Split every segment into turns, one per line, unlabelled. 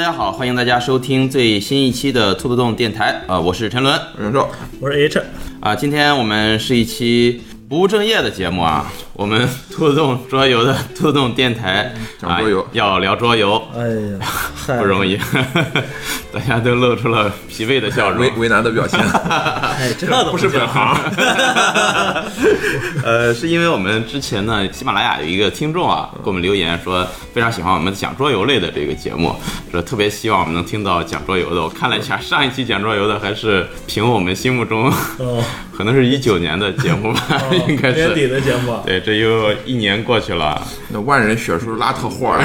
家好，欢迎大家收听最新一期的兔子洞电台啊、呃我是陈伦啊、
袁绍，
我是 H，
今天我们是一期不务正业的节目啊，我们 兔子洞桌游的兔子洞电台
讲
啊、
桌游
要聊桌游，
哎 呀，太
不容易，
哎
大家都露出了疲惫的笑容
为。为难的表情，
哎，这都
不是本行， 呃，是因为我们之前呢，喜马拉雅有一个听众啊，给我们留言说非常喜欢我们讲桌游类的这个节目，说特别希望我们能听到讲桌游的。我看了一下上一期讲桌游的，还是凭我们心目中，
哦，
可能是一九年的节目吧，
哦
应该
年底
是。
的节目啊，
对，这又一年过去了，
那万人血书拉特霍 尔，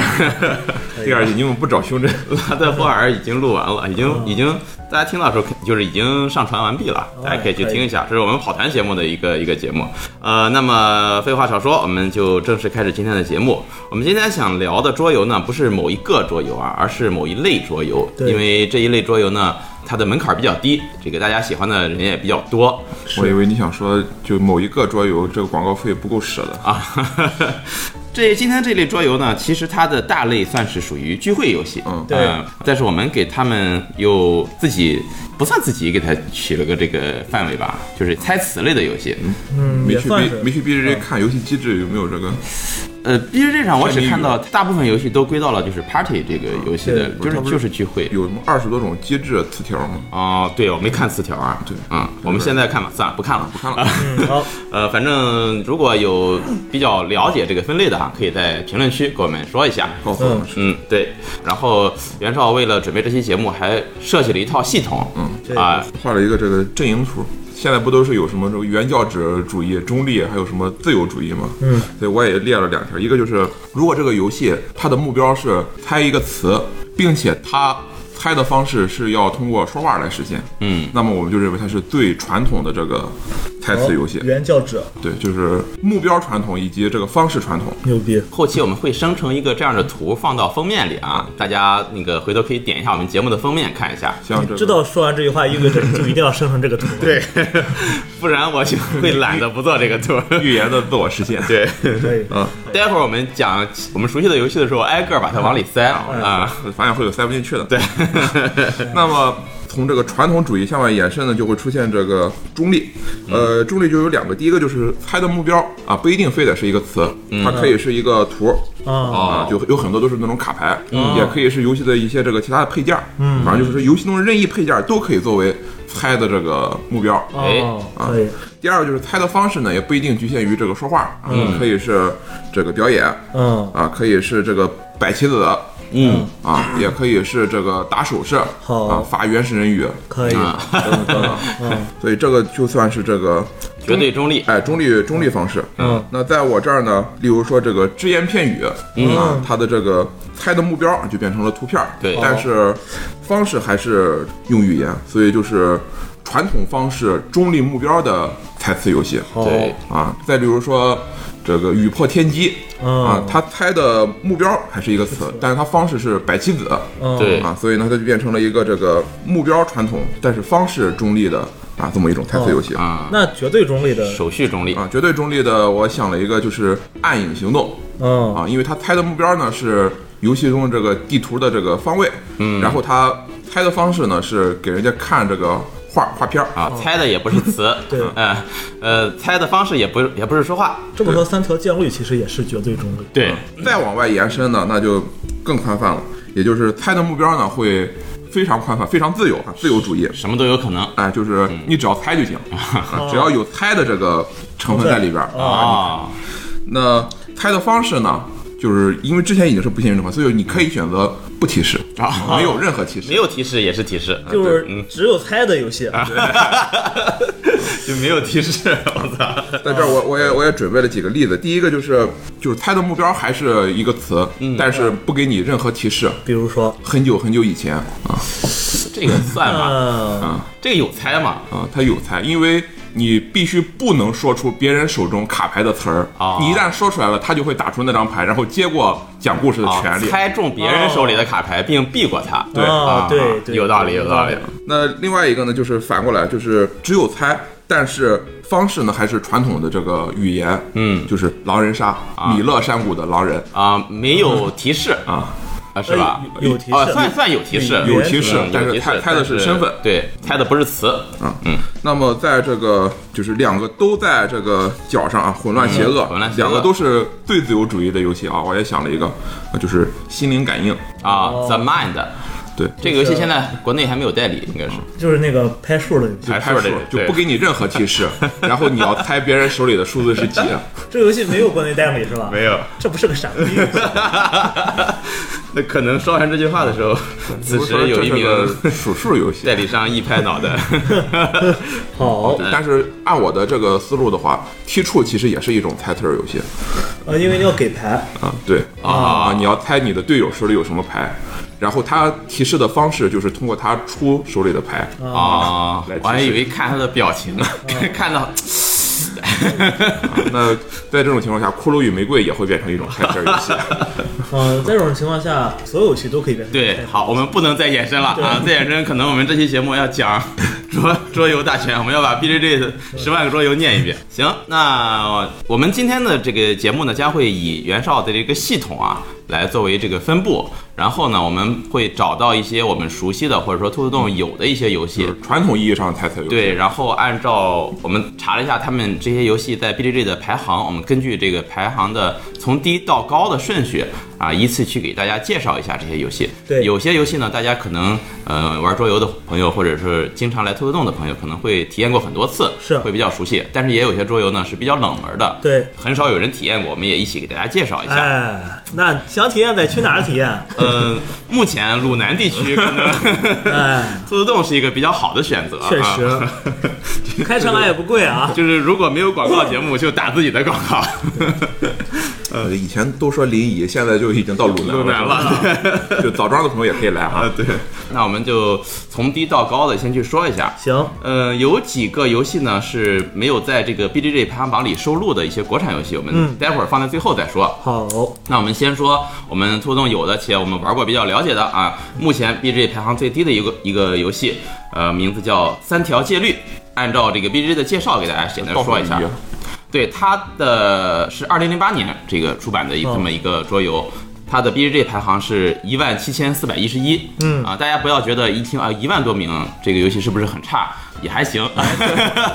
第二季你怎么不找胸针？
拉德霍尔已经录完了，已经已经大家听到的时候就是已经上传完毕了，大哦家可以去听一下，这是我们跑团节目的一个一个节目。呃，那么废话少说，我们就正式开始今天的节目。我们今天想聊的桌游呢，不是某一个桌游啊，而是某一类桌游，
对
因为这一类桌游呢。它的门槛比较低，这个大家喜欢的人也比较多
我以为你想说就某一个桌游这个广告费不够舍的，
啊。 这今天这类桌游呢，其实它的大类算是属于聚会游戏，
嗯
对
呃但是我们给他们又自己不算自己给他取了个这个范围吧，就是猜词类的游戏。
嗯，
没
也
去
算
B
是嗯
没去 BJJ 看游戏机制有没有这个，
呃，B J 上我只看到大部分游戏都归到了就是 party 这个游戏的，
对
就是
它不是
就是聚会。
有什么二十多种机制词条吗？
哦，对，我没看词条啊。
对
嗯，我们现在看吧，算了，不看了。
不看了，
嗯好，
呃，反正如果有比较了解这个分类的啊，可以在评论区给我们说一下。
告诉我们是
嗯，对。然后袁绍为了准备这期节目，还设计了一套系统。
这
嗯啊，
画了一个这个阵营图。现在不都是有什么这个原教旨主义、中立，还有什么自由主义吗？
嗯，
所以我也列了两条，一个就是如果这个游戏它的目标是猜一个词，并且它猜的方式是要通过说话来实现，
嗯，
那么我们就认为它是最传统的这个猜词游戏
哦。原教旨
对，就是目标传统以及这个方式传统。
牛逼，
后期我们会生成一个这样的图放到封面里啊，大家那个回头可以点一下我们节目的封面看一下，
像这
知
个
道说完这句话意味着你就一定要生成 这个图，对，
不然我就会懒得不做这个 图。
预言的自我实现。
对，
可以，
啊，
待会儿我们讲我们熟悉的游戏的时候，挨个儿把它往里塞
嗯
啊。
反正会有塞不进去的。 对，那么。从这个传统主义向外延伸呢，就会出现这个中立。呃，中立就有两个，第一个就是猜的目标啊，不一定非得是一个词，它可以是一个图
啊，
嗯啊，嗯就有很多都是那种卡牌，也可以是游戏的一些这个其他的配件，嗯，反正就是游戏中的任意配件都可以作为猜的这个目标。
啊哎
哦，可以，
第二个就是猜的方式呢，也不一定局限于这个说话，嗯，可以是这个表演
嗯，
啊，可以是这个摆棋子，
嗯，
啊，也可以是这个打手势，
好
啊，发原始人语
可以，
啊
等等等等，所以这个就算是这个
绝对中立。
哎中立中立方式。
嗯，
那在我这儿呢，例如说这个只言片语，
嗯
啊，它的这个猜的目标就变成了图片儿，
对
但是方式还是用语言，所以就是传统方式中立目标的猜词游戏。
好，
对，
啊，再比如说这个雨破天机。啊
嗯，，
它猜的目标还是一个词，但是它方式是摆棋子，
嗯
对
啊，所以呢，它就变成了一个这个目标传统，但是方式中立的啊这么一种猜词游戏、
啊，
那绝对中立的，
手续中立。
嗯
啊，绝对中立的，我想了一个就是暗影行动
嗯，
啊，因为它猜的目标呢是游戏中的这个地图的这个方位，嗯，然后它猜的方式呢是给人家看这个画画片儿
啊，猜的也不是词，
对
嗯，呃，猜的方式也不也不是说话，
这么说三条戒律其实也是绝对中立，
对，
再往外延伸呢，那就更宽泛了，也就是猜的目标呢会非常宽泛，非常自由啊，自由主义。
什么都有可能
哎，就是你只要 猜就行，啊只要有猜的这个成分在里边儿啊。
啊。
那猜的方式呢，就是因为之前已经是不限于什么，所以你可以选择不提示，
啊
没有任何提示
没。有提示也是提 示，嗯
就是只有猜的游戏，
啊就没有提示，我操！
在这儿我我也我也准备了几个例子，第一个就是就是猜的目标还是一个词，
嗯
但是不给你任何提示。
比如说，
很久很久以前啊
这个算吗？
嗯，
这个有猜吗？
啊，它有猜，因为你必须不能说出别人手中卡牌的词儿
啊
你一旦说出来了，他就会打出那张牌，然后接过讲故事的
啊
权利。
猜中别人手里的卡牌，并避过它。
对
啊，对，对
有道理，有道理。。
那另外一个呢，就是反过来，就是只有猜，但是方式呢还是传统的这个语言，
啊
嗯，就是狼人杀，米勒山谷的狼人
啊，没有提示
啊，
啊，是吧？
呃有有提示
啊，算算有提示，
有
提示
嗯有
但是
提
猜
示
猜的是身份
对，猜的不是词，
那么在这个就是两个都在这个角上啊，混乱邪恶，
嗯混乱邪恶
两个都是最自由主义的游戏啊。我也想了一个，啊就是心灵感应。
啊
哦
，The Mind。
对，
这个游戏现在国内还没有代理，应该是
就是那个拍数的游戏。
还
拍
是
数
这个
就
对
不给你任何 提示，然后你要猜别人手里的数字是几。
这个游戏没有国内代理是吧？
没有。
这不是 个傻逼游戏。
那可能说完这句话的时 候，此时有一名
这是个数数游戏啊
代。理商一拍脑 袋，
好，
哎
对但是按我的这个思路的话，踢触其实也是一种猜字儿游戏
呃，因为你要给牌，
啊，对
啊
啊，你要猜你的队友手里有什么牌，然后他提示的方式就是通过他出手里的牌，
啊
来，啊
我还以为看他的表情，看到
那在这种情况下，骷髅与玫瑰也会变成一种猜字儿游 戏。
嗯，在这种情况下，所有游戏都可以变成
对，好，我们不能再延伸了啊！再延伸，可能我们这期节目要讲 桌桌游大全，我们要把 BJJ 的十万个桌游念一遍。行，那我们今天的这个节目呢，将会以袁绍的这个系统啊，来作为这个分布。然后呢，我们会找到一些我们熟悉的，或者说兔子洞有的一些游戏
就，是传统意义上的猜测游戏。
对，然后按照我们查了一下他们这些游戏在 BJJ 的排行，我们根据这个排行的从低到高的顺序啊，依次去给大家介绍一下这些游戏。
对
有些游戏呢，大家可能呃玩桌游的朋友，或者是经常来兔子洞的朋友，可能会体验过很多次，
是
会比较熟悉。但是也有些桌游呢是比较冷门的，
对
很少有人体验过，我们也一起给大家介绍一下。
哎，那想体验得去哪儿体验？
呃，目前鲁南地区可能
哎，
兔子洞是一个比较好的选择，
确
啊
实，开场也不贵啊。
就是如果没有广告节目，就打自己的广告，
呃，以前都说临沂，现在就已经到鲁南
都难
了。
了。
是吧 就枣庄的朋友也可以来 啊。
对，那我们就从低到高的先去说一下。
行，
呃，有几个游戏呢是没有在这个 BJJ 排行榜里收录的一些国产游戏，我们
嗯
待会儿放在最后再说。
好，
那我们先说我们兔动有的且我们玩过比较了解的啊，目前 BJ 排行最低的一个一个游戏，呃，名字叫《三条戒律》。按照这个 BJ 的介绍，给大家简单
到
哎说一下
鲁。沂
对，它的是二零零八年这个出版的一
哦
这么一个桌游。它的 BJ 排行是一万七千四百一十一，
嗯
啊，大家不要觉得一听啊一万多名这个游戏是不是很差，也还行，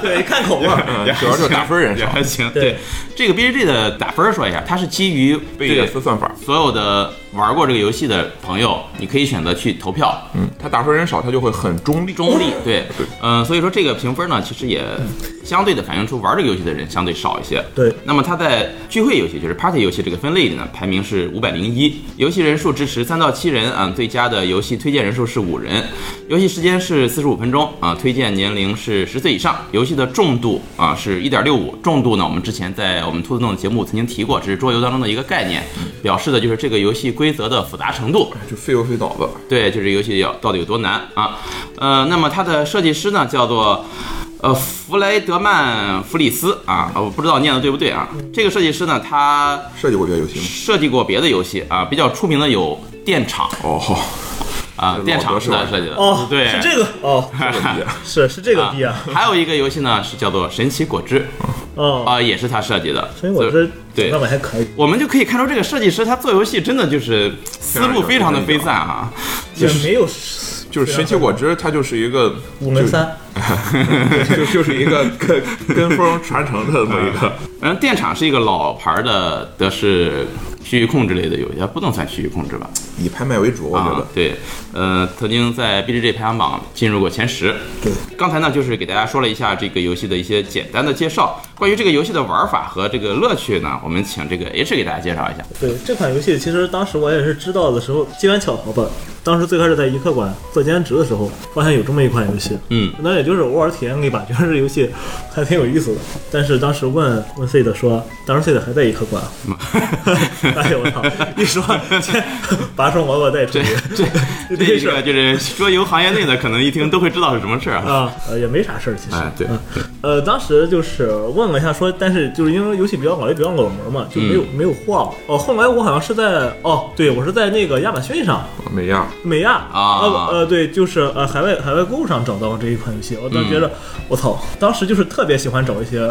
对，看口味儿。
嗯主要就是打分 人
也
少，
还行。
对
对，这个 BJ 的打分儿说一下，它是基于
贝
这个
叶斯算法。
所有的玩过这个游戏的朋友，你可以选择去投票，
嗯，他打分人少，他就会很中立。
中立。对，嗯、所以说这个评分呢，其实也相对的反映出玩这个游戏的人相对少一些。
对，
那么它在聚会游戏，就是 party 游戏这个分类里呢，排名是五百零一，游戏人数支持三到七人啊，最佳的游戏推荐人数是五人，游戏时间是四十五分钟啊，推荐年龄是十岁以上，游戏的重度啊是一点六五，重度呢我们之前在我们兔子洞的节目曾经提过，这是桌游当中的一个概念，表示的就是这个游戏规则的复杂程度。
就费不费脑子？
对，就是游戏要到底有多难啊？呃，那么它的设计师呢叫做。呃，弗雷德曼·弗里斯啊，呃我不知道念的对不对啊。这个设计师呢，他
设计过这个游戏吗？
设计过别的游戏啊，比较出名的有《电厂》
哦，
啊，《
这老
电厂》
德
是
是
他
吧
设计的，
哦，
对，
是 这个哦，
这个理解
是是这个逼
啊
啊。。
还有一个游戏呢，是叫做《神奇果汁》
哦，
啊，也是他设计的。
所以
所
我
以
这
对
成长还可以。
我们就可以看出，这个设计师他做游戏真的就是思路非常的飞散啊。
也没有，
就是
啊
神奇果汁，它就是一个
五门三，
就 就就是 一个跟跟风传承的这么
啊
一个。
反正嗯电厂是一个老牌儿的德式区域控制类的游戏，它不能算区域控制吧？
以拍卖为主，我觉
啊
得，
对，呃，曾经在 BGG 排行榜进入过前十。
对，
刚才呢就是给大家说了一下这个游戏的一些简单的介绍，关于这个游戏的玩法和这个乐趣呢，我们请这个 H 给大家介绍一下。
对这款游戏，其实当时我也是知道的时候，机缘巧合吧。当时最开始在一客馆做兼职的时候，发现有这么一款游戏，
嗯，
那也就是偶尔体验了一把，觉得这游戏还挺有意思的。但是当时问问 C 的说，当时 C 的还在一客馆，
嗯
哎呦我操！一说切拔出毛我带出
这
去
这
这
这一
事
个
儿
就是桌游行业内的，可能一听都会知道是什么事儿 啊。
啊，呃也没啥事儿，其实。
哎，对，
呃，当时就是问了一下说，但是就是因为游戏比较老，也比较冷门
嗯
嘛，就没有、没有货。哦，后来我好像是在哦，对我是在那个亚马逊上
美亚
美亚
啊
呃呃对，就是呃海外海外购物上找到这一款游戏，我当时
嗯
觉得我操，当时就是特别喜欢找一些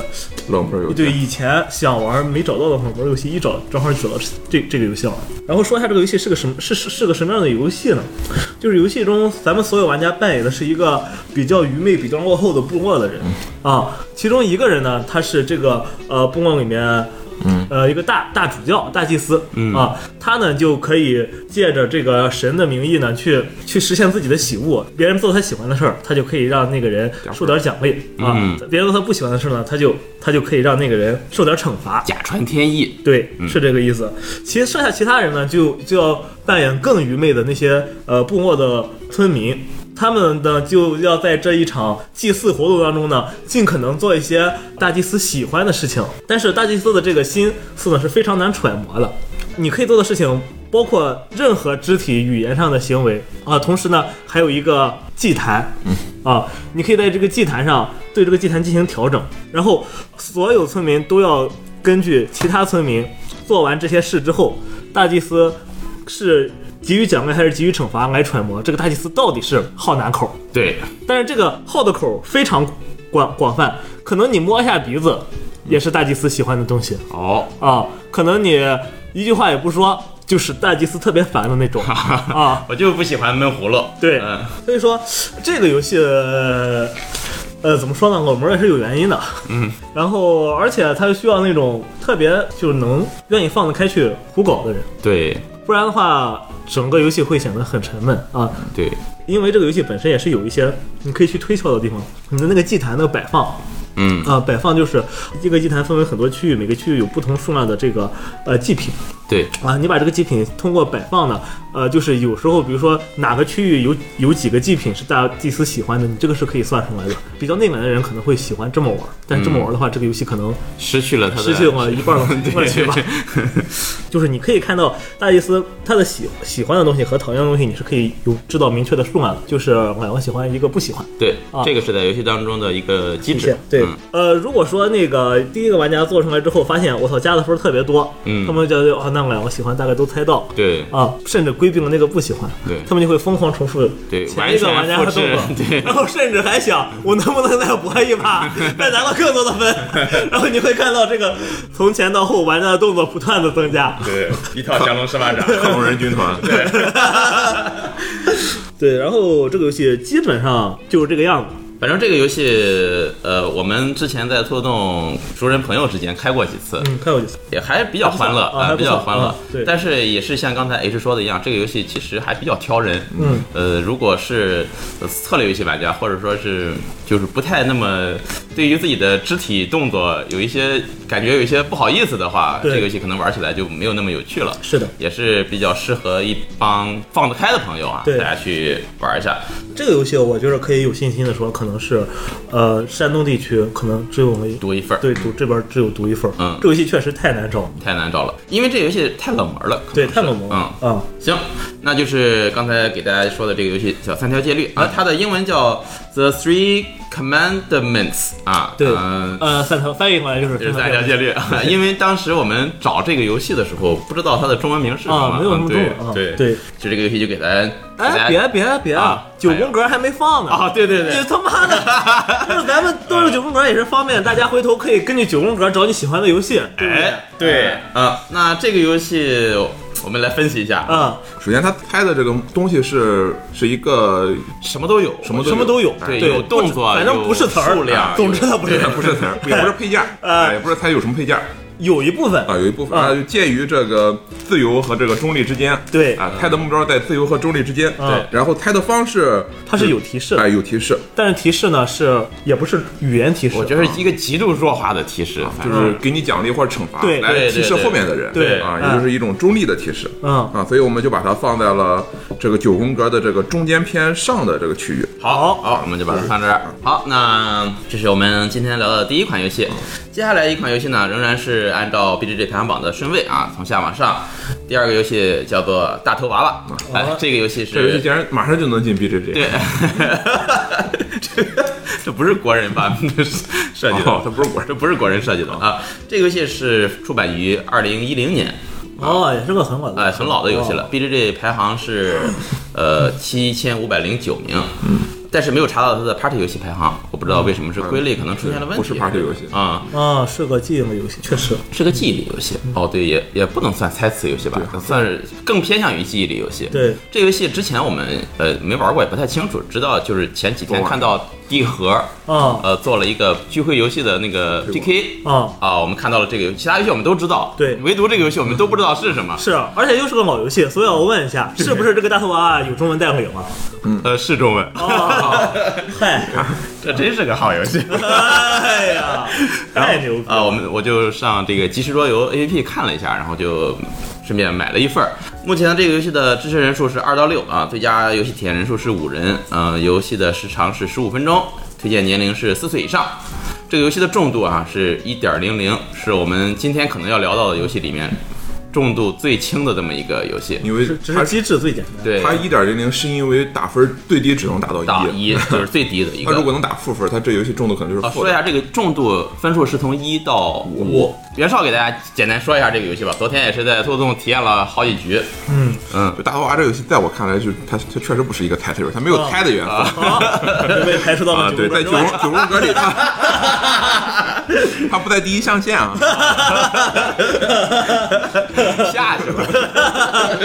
冷门游戏。
对以前想玩没找到的冷门游戏，一找正好找到这这个游戏了。然后说一下这个游戏是个什么是是是个什么样的游戏呢？就是游戏中咱们所有玩家扮演的是一个比较愚昧、比较落后的部落的人
嗯
啊，其中一个人呢，他是这个呃部落里面。
嗯
呃，一个大大主教、大祭司、啊，他呢就可以借着这个神的名义呢，去去实现自己的喜恶。别人做他喜欢的事儿，他就可以让那个人受点奖励啊；
嗯
别人做他不喜欢的事儿呢，他就他就可以让那个人受点惩罚。
假传天意，
对，是这个意思。其实剩下其他人呢，就就要扮演更愚昧的那些呃部落的村民，他们呢就要在这一场祭祀活动当中呢，尽可能做一些大祭司喜欢的事情。但是大祭司的这个心思呢是非常难揣摩的，你可以做的事情。包括任何肢体语言上的行为啊，同时呢，还有一个祭坛，啊，你可以在这个祭坛上对这个祭坛进行调整，然后所有村民都要根据其他村民做完这些事之后，大祭司是给予奖励还是给予惩罚来揣摩这个大祭司到底是好哪口。
对，
但是这个好的口非常广广泛，可能你摸一下鼻子也是大祭司喜欢的东西
哦，
啊，可能你一句话也不说，就是大祭司特别烦的那种啊。
我就不喜欢闷葫芦，
对
嗯，
所以说这个游戏，呃，呃怎么说呢？冷门也是有原因的。嗯。然后，而且它需要那种特别就是能愿意放得开去胡搞的人，
对
不然的话，整个游戏会显得很沉闷啊。
对，
因为这个游戏本身也是有一些你可以去推敲的地方，你的那个祭坛的摆放。
嗯，
啊、摆放就是这个祭坛分为很多区域，每个区域有不同数量的这个呃祭品，
对，
啊，你把这个祭品通过摆放呢，呃，就是有时候比如说哪个区域有有几个祭品是大祭司喜欢的，你这个是可以算出来的。比较内敛的人可能会喜欢这么玩，但这么玩的
嗯
话，这个游戏可能
失去了他的，
失去了一半 的乐趣吧。就是你可以看到大祭司他的喜喜欢的东西和讨厌的东西，你是可以有知道明确的数量的，就是两个喜欢一个不喜欢。
对
啊，
这个是在游戏当中的一个机制，
对，
嗯
呃，如果说那个第一个玩家做出来之后，发现我操加的分儿特别多，
嗯
他们就觉得哦，那两个喜欢大概都猜到，
对
啊，甚至规定了那个不喜欢，
对
他们就会疯狂重复
对
前一个玩
完全
家的
复
动
制
作，
对
然后甚至还想我能不能再搏一 把，再拿到更多的分，然后你会看到这个从前到后玩家的动作不断的 增加，
对，一套降龙十八 掌，
克隆人军团，对，
对，然后这个游戏基本上就是这个样子，
反正这个游戏，呃，我们之前在拖动熟人朋友之间开过几次，
嗯，看过几次，
也还比较欢乐
还不错啊还不错
比较欢乐
啊。对
但是也是像刚才 H 说的一样，这个游戏其实还比较挑人。
嗯，
呃，如果是呃策略游戏玩家，或者说是就是不太那么对于自己的肢体动作有一些感觉有一些不好意思的话，这
对
个游戏可能玩起来就没有那么有趣了。
是的，
也是比较适合一帮放得开的朋友啊，
对
大家去玩一下。
这个游戏我觉得可以有信心的说，可能是，呃，山东地区可能只有我们
独一份儿
对，独这边只有独一份儿，
嗯
这个游戏确实太难找了，
太难找了，因为这游戏太冷门了。可能
对，
是
太冷门
嗯
了，，啊，
行，那就是刚才给大家说的这个游戏叫《三条戒律》啊，它的英文叫 The Three Commandments 啊，
对，
嗯、
呃，三条翻译过来就是
这是三条戒律，啊因为当时我们找这个游戏的时候，不知道它的中文名是什么，
啊，没有什么中文啊，
对
对，
就这个游戏就给大家，给
哎，
大家
别别别
啊，
九宫格还没放呢
啊，！对对对
你，他 妈的，就是咱们都是九宫格，也是方便大家回头可以根据九宫格找你喜欢的游戏，对不对
哎，对啊、那这个游戏我们来分析一下，
啊，
首先他拍的这个东西是是一个
什么都有，
什么都
什么都有，
对
对
有动作
不反正不是词儿，
有数量
总之它 不是词儿
不 是词儿， 也不是配件儿，
哎
也不是它有什么配件儿
有一部分
啊，有一部分
啊
啊，就介于这个自由和这个中立之间，
对
啊，它的目标在自由和中立之间，
对
然后它的方式
它是有提示
哎
的，
有提示，
但是提示呢是也不是语言提示，
我觉得是一个极度弱化的提示，反
就
正
是给你奖励或者惩罚，
对
嗯
来
对
提示
对对
后面的人，
对
啊，
嗯
也就是一种中立的提示，
嗯
啊，所以我们就把它放在了这个九宫格的这个中间偏上的这个区域，
好，好，我们就把它放这儿。好，那这是我们今天聊的第一款游戏。接下来一款游戏呢，仍然是按照 BGG 排行榜的顺位啊，从下往上。第二个游戏叫做《大头娃娃》，哎，这个游戏
啊这游戏
是
竟然马上就能进 BJJ，
对， 这这不是国人吧？这是设计的
哦，它不是国人
这不是国人设计的啊。这个游戏是出版于二零一零年。
哦，也是个很老的，
哎，很老的游戏
哦
了。BGG 排行是呃七千五百零九名，
嗯
但是没有查到它的 Party 游戏排行，我不知道为什么是归类可能出现了问题。
不是 party 游戏
啊、
啊，是个记忆类游戏，确实。
是个记忆力游戏。哦，对，也也不能算猜词游戏吧，算是更偏向于记忆力游戏。
对，
这游戏之前我们呃没玩过，也不太清楚，直到就是前几天
不玩
看到地核。
啊
呃，做了一个聚会游戏的那个 PK
啊
啊，我们看到了这个游戏，其他游戏我们都知道，
对
唯独这个游戏我们都不知道是什么。
是，啊而且又是个老游戏，所以我问一下，是不是这个大头娃娃有中文带会有啊？
呃，是中文，
哦，嗨，
这真是个好游戏。
哎 呀，太牛逼
啊、！我们我就上这个即时桌游 APP 看了一下，然后就顺便买了一份儿。目前这个游戏的支持人数是二到六啊，最佳游戏体验人数是五人，呃，游戏的时长是十五分钟，推荐年龄是四岁以上。这个游戏的重度啊是一点零零，是我们今天可能要聊到的游戏里面重度最轻的这么一个游戏。
因为
只只
它
是机制最简单。
对，
它一点零零是因为打分最低只能打到
打一就是最低的一
它
个。
如果能打负分，它这游戏中毒可能就
啊，
是负
说一
的。
下这个重度分数是从一到五。袁绍给大家简单说一下这个游戏吧。昨天也是在拖动体验了好几 局。
嗯
嗯，
就大头娃这个游戏，在我看来，就是它它确实不是一个猜的游戏，它
嗯
没有猜的元素
啊
好， 被排除到
啊。
了
对，在
九
九
宫格
宫
之外
九宫格里，它 它不在第一象限啊。
下去了。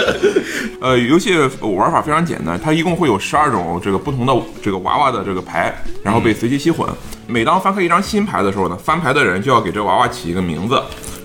呃，游戏玩法非常简单，它一共会有十二种这个不同的这个娃娃的这个牌，然后被随机吸混。每当翻开一张新牌的时候呢，翻牌的人就要给这娃娃起一个名字，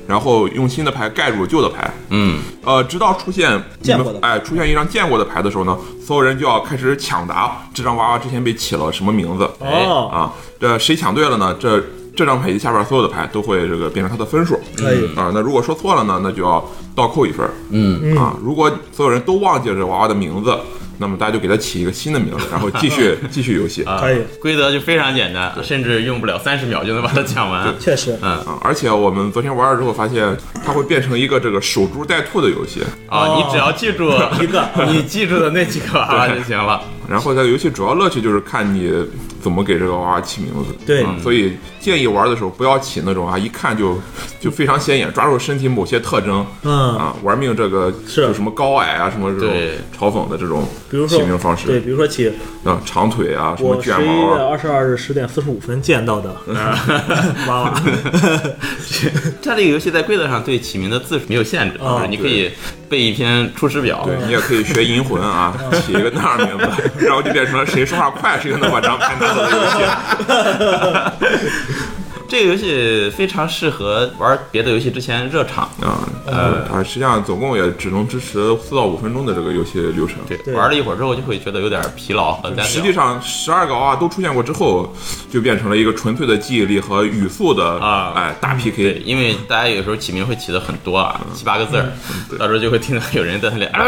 然后用新的牌盖住旧的牌。
嗯，
呃，直到出现
见过的
哎，出现一张见过的牌的时候呢，所有人就要开始抢答这张娃娃之前被起了什么名字
哦，
啊？这谁抢对了呢？这这张牌以及下边所有的牌都会这个变成它的分数。
可以
啊，那如果说错了呢，那就要倒扣一分。
嗯
啊，如果所有人都忘记了这娃娃的名字，那么大家就给它起一个新的名字，然后继 续继续游戏啊。
可以，
规则就非常简单，甚至用不了三十秒就能把它讲完。
确实
嗯
啊而且我们昨天玩了之后发现，它会变成一个这个守株待兔的游戏。
啊，你只要记住
哦 一个
你记住的那几个娃娃就行 了。
然后这个游戏主要乐趣就是看你怎么给这个娃娃起名字。
对
嗯所以建议玩的时候不要起那种啊，一看就就非常显眼，抓住身体某些特征，
嗯
啊，玩命这个
是
就什么高矮啊，什么这种
对
嘲讽的这种
比如说
起名方
对，
式，
比如说起
啊，长腿啊，什么
我十
卷
一
毛
月
啊，
二十二日十点四十五分见到的
啊
娃娃，
它这个游戏在规则上对起名的字数没有限制，
啊
就是你可以背一篇《出师表》。
嗯对你也可以学银 魂啊，
嗯
起一个那样的名字，然后就变成了谁说话快谁就能把张牌拿走的游戏。
这个游戏非常适合玩别的游戏之前热场。
啊，
嗯
呃，啊，实际上总共也只能支持四到五分钟的这个游戏流程。
对，
对
玩了一会儿之后就会觉得有点疲劳和单调。
实际上，十二个娃娃都出现过之后，就变成了一个纯粹的记忆力和语速的
啊
哎，
嗯
大
对，
PK。
因为大家有时候起名会起的很多啊，七八个字儿，到时候就会听到有人在那里啊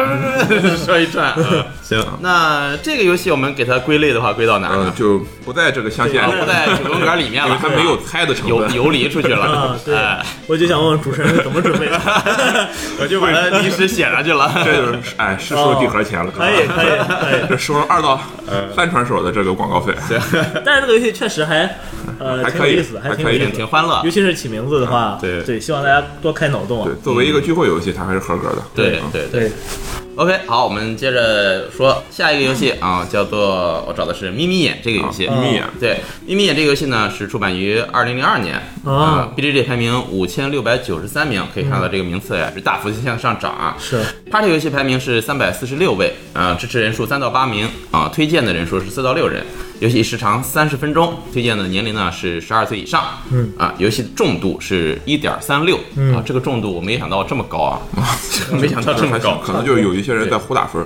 说一串。嗯行，那这个游戏我们给它归类的话，归到哪儿
嗯
呢，？
就不在这个象限
啊
里，
不在九宫格里面
因为
了，
它没有猜的成
游
分。
游离出去了
啊。对
哎，
我就想问问主持人是怎么准备的？
我就把它历史写上去了。
这就是哎，是收地核钱了，
哦可以，可以，可以。
这收了二到
嗯
三传手的这个广告费。
但是这个游戏确实还，呃，
还
挺
可
有
以
意思的，还
还
挺
可
有
以
意
挺
思
挺
的。
欢乐
尤，其是起名字的话，
啊对
对，希望大家多开脑洞啊
对，。作为一个聚会游戏，它还是合格的。
对
嗯
对对。
对，
OK，好，我们接着说下一个游戏啊，叫做我找的是《眯眯眼》这个游戏。
嗯
嗯
啊眯眯眼
对，《眯眯眼》这个游戏呢是出版于二零零二年
啊
，BGG 排名五千六百九十三名，可以看到这个名次呀是大幅向上涨
嗯
啊。
是
Party 游戏排名是三百四十六位，啊、支持人数三到八名，啊、推荐的人数是四到六人，游戏时长三十分钟，推荐的年龄呢是十二岁以上，
嗯，
啊、游戏重度是一点三六，
嗯
啊，这个重度我没想到这么高 啊，没想到这么
还行
高，
可能就是有一些人在胡打分。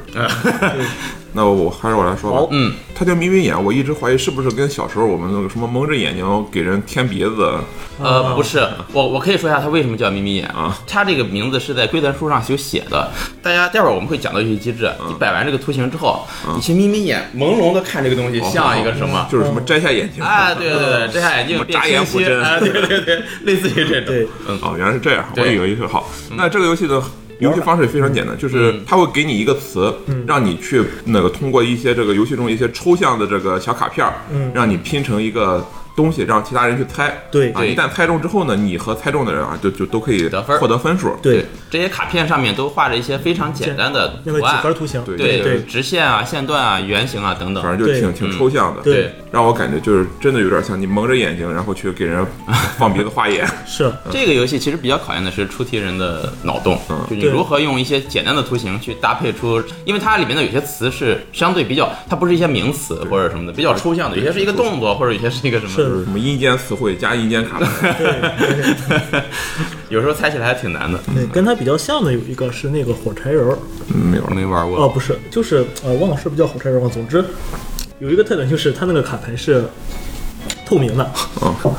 那我还是我来说
好
吧，嗯，他叫眯眯眼，我一直怀疑是不是跟小时候我们那个什么蒙着眼睛给人添鼻子，
呃，不是，我我可以说一下它为什么叫眯眯眼啊？它这个名字是在规则书上有写的。大家待会儿我们会讲到游戏机制。你摆完这个图形之后，你去眯眯眼，朦胧的看这个东
哦
西，像一个什么？
就是什么摘下眼睛
啊，对对对，摘下眼
什
镜
么
变
眨
清
眼扶
晰，
针
啊，对对对，类似于这
对
种。嗯，
哦，原来是这样，我
对嗯
以为是好。那这个游戏的游戏方式也非常简单，就是它会给你一个词，
嗯
让你去那个通过一些这个游戏中一些抽象的这个小卡片儿，让你拼成一个东西让其他人去猜。
嗯对
啊，一旦猜中之后呢，你和猜中的人啊，就就都可以
得分
获得分数。
对，
这些卡片上面都画着一些非常简单的
那个
图
几
案，
何图形，
对
对
对
直线啊、线段啊、圆形啊等等。
反正就
对
挺挺抽象的。
对，
让我感觉就是真的有点像你蒙着眼睛，然后去给人放鼻子画 眼。
是
这个游戏其实比较考验的是出题人的脑洞，就你
对
如何用一些简单的图形去搭配出，因为它里面的有些词是相对比较，它不是一些名词或者什么的，比较抽象的，有些是一个动作，或者有些是一个什么，
是
什么阴间词汇加阴间卡牌，
对
有时候猜起来还挺难的。
对，跟它比较像的有一个是那个火柴人儿，
嗯没有
我没玩
哦，
过，
不是，就是呃，忘了是不是叫火柴人了。总之，有一个特点就是它那个卡牌是透明的，
啊，
哦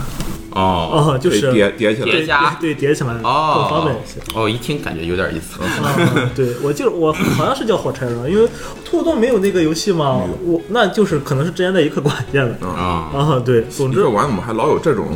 哦，就
可以
是
叠叠起来
叠。
对
加
对叠起来更
哦，
方便一些。
哦，一听感觉有点意思。
啊，对，我记得我好像是叫火柴人，因为兔子洞没有那个游戏嘛，我那就是可能是之前在一个馆建的
啊，
啊，对，总
你
之
这玩怎么还老有这种？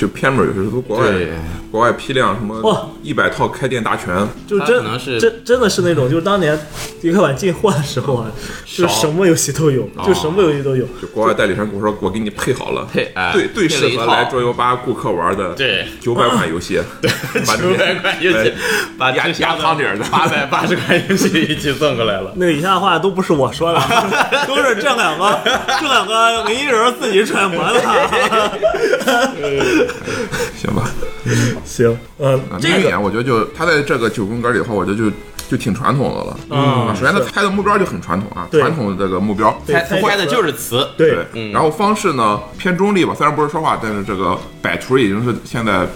就偏门儿，有时候从国外
对，
国外批量什
哇
么一百套开店大全，
就
它
真
可能是
真真的是那种，就是当年迪克晚进货的时候啊，就
少哦
什么游戏都有，就什么游戏都有，
就国外代理商跟我说，我给你配好了，
配哎
最最
配了
适
一
合
套
来桌游吧顾客玩的，
对
九百款游 戏，哎对，
九百块游戏，把
压压仓底儿的
八百八十块游戏一起送过来了。
那个以下的话都不是我说的， 都是这两个这两个文艺人自己揣摩啊的。
行吧。
行，嗯
啊，，
这
明
个
眼我觉得就他在这个九宫格里的话，我觉得就就挺传统的了。
嗯
啊首先他猜的目标就很传统啊，
对
传统的这个目标。
对
猜猜的就是词，
对，
嗯
然后方式呢偏中立吧，虽然不是说话，但是这个摆图已经是现在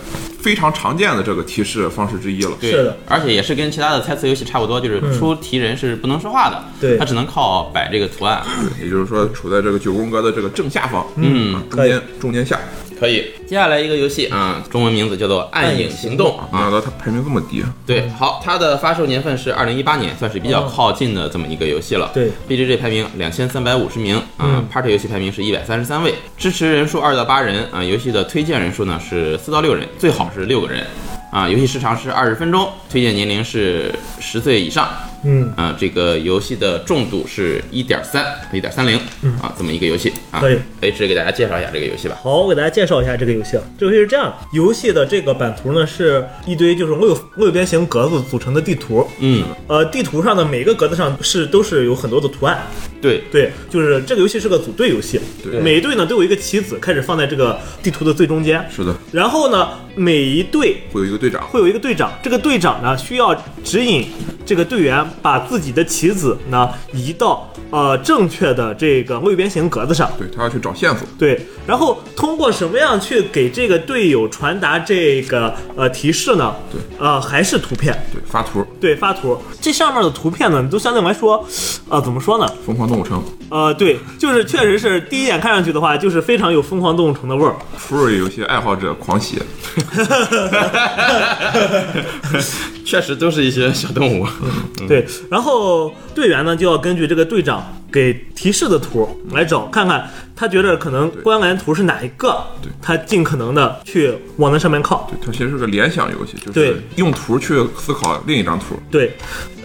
非常常见的这个提示方式之一了。
对
是的
而且也是跟其他的猜词游戏差不多，就是出题人是不能说话的，
对
他只能靠摆这个图案。
也就是说处在这个九宫格的这个正下方，嗯，中间中间下。
可以，接下来一个游戏啊，中文名字叫做《暗影行动》
没
啊
想，到它排名这么低，
对，好，它的发售年份是二零一八年，算是比较靠近的这么一个游戏了。
对
，BGG 排名两千三百五十名，啊 p a r t y 游戏排名是一百三十三位，支持人数二到八人，啊，游戏的推荐人数呢是四到六人，最好是六个人，啊，游戏时长是二十分钟，推荐年龄是十岁以上。
嗯，
啊，这个游戏的重度是一点三、一点三零啊，这么一个游戏啊。
嗯可以
，H 给大家介绍一下这个游戏吧。
好，我给大家介绍一下这个游戏。啊。这个游戏是这样，游戏的这个版图呢是一堆就是六六边形格子组成的地图，
嗯，
呃，地图上的每个格子上是都是有很多的图案，
对，
对，就是这个游戏是个组队游戏，
对
每队呢都有一个棋子，开始放在这个地图的最中间，
是的，
然后呢，每一队
会有一个队长，
会有一个队长，这个队长呢需要指引这个队员把自己的棋子呢移到呃正确的这个六边形格子上。
对他要去找线索。
对，然后通过什么样去给这个队友传达这个呃提示呢？
对，
呃，还是图片，
对，发图，
对，发图。这上面的图片呢，都相对来说，呃，怎么说呢？
疯狂动物城
呃，对，就是确实是第一眼看上去的话，就是非常有疯狂动物城的味儿。
，Fury 游戏爱好者狂喜，
确实都是一些小动物。
嗯
对，然后队员呢就要根据这个队长给提示的图
嗯
来找，看看他觉得可能关联图是哪一个，他尽可能的去往那上面靠。
对，它其实是个联想游戏，就是
对
用图去思考另一张图。
对，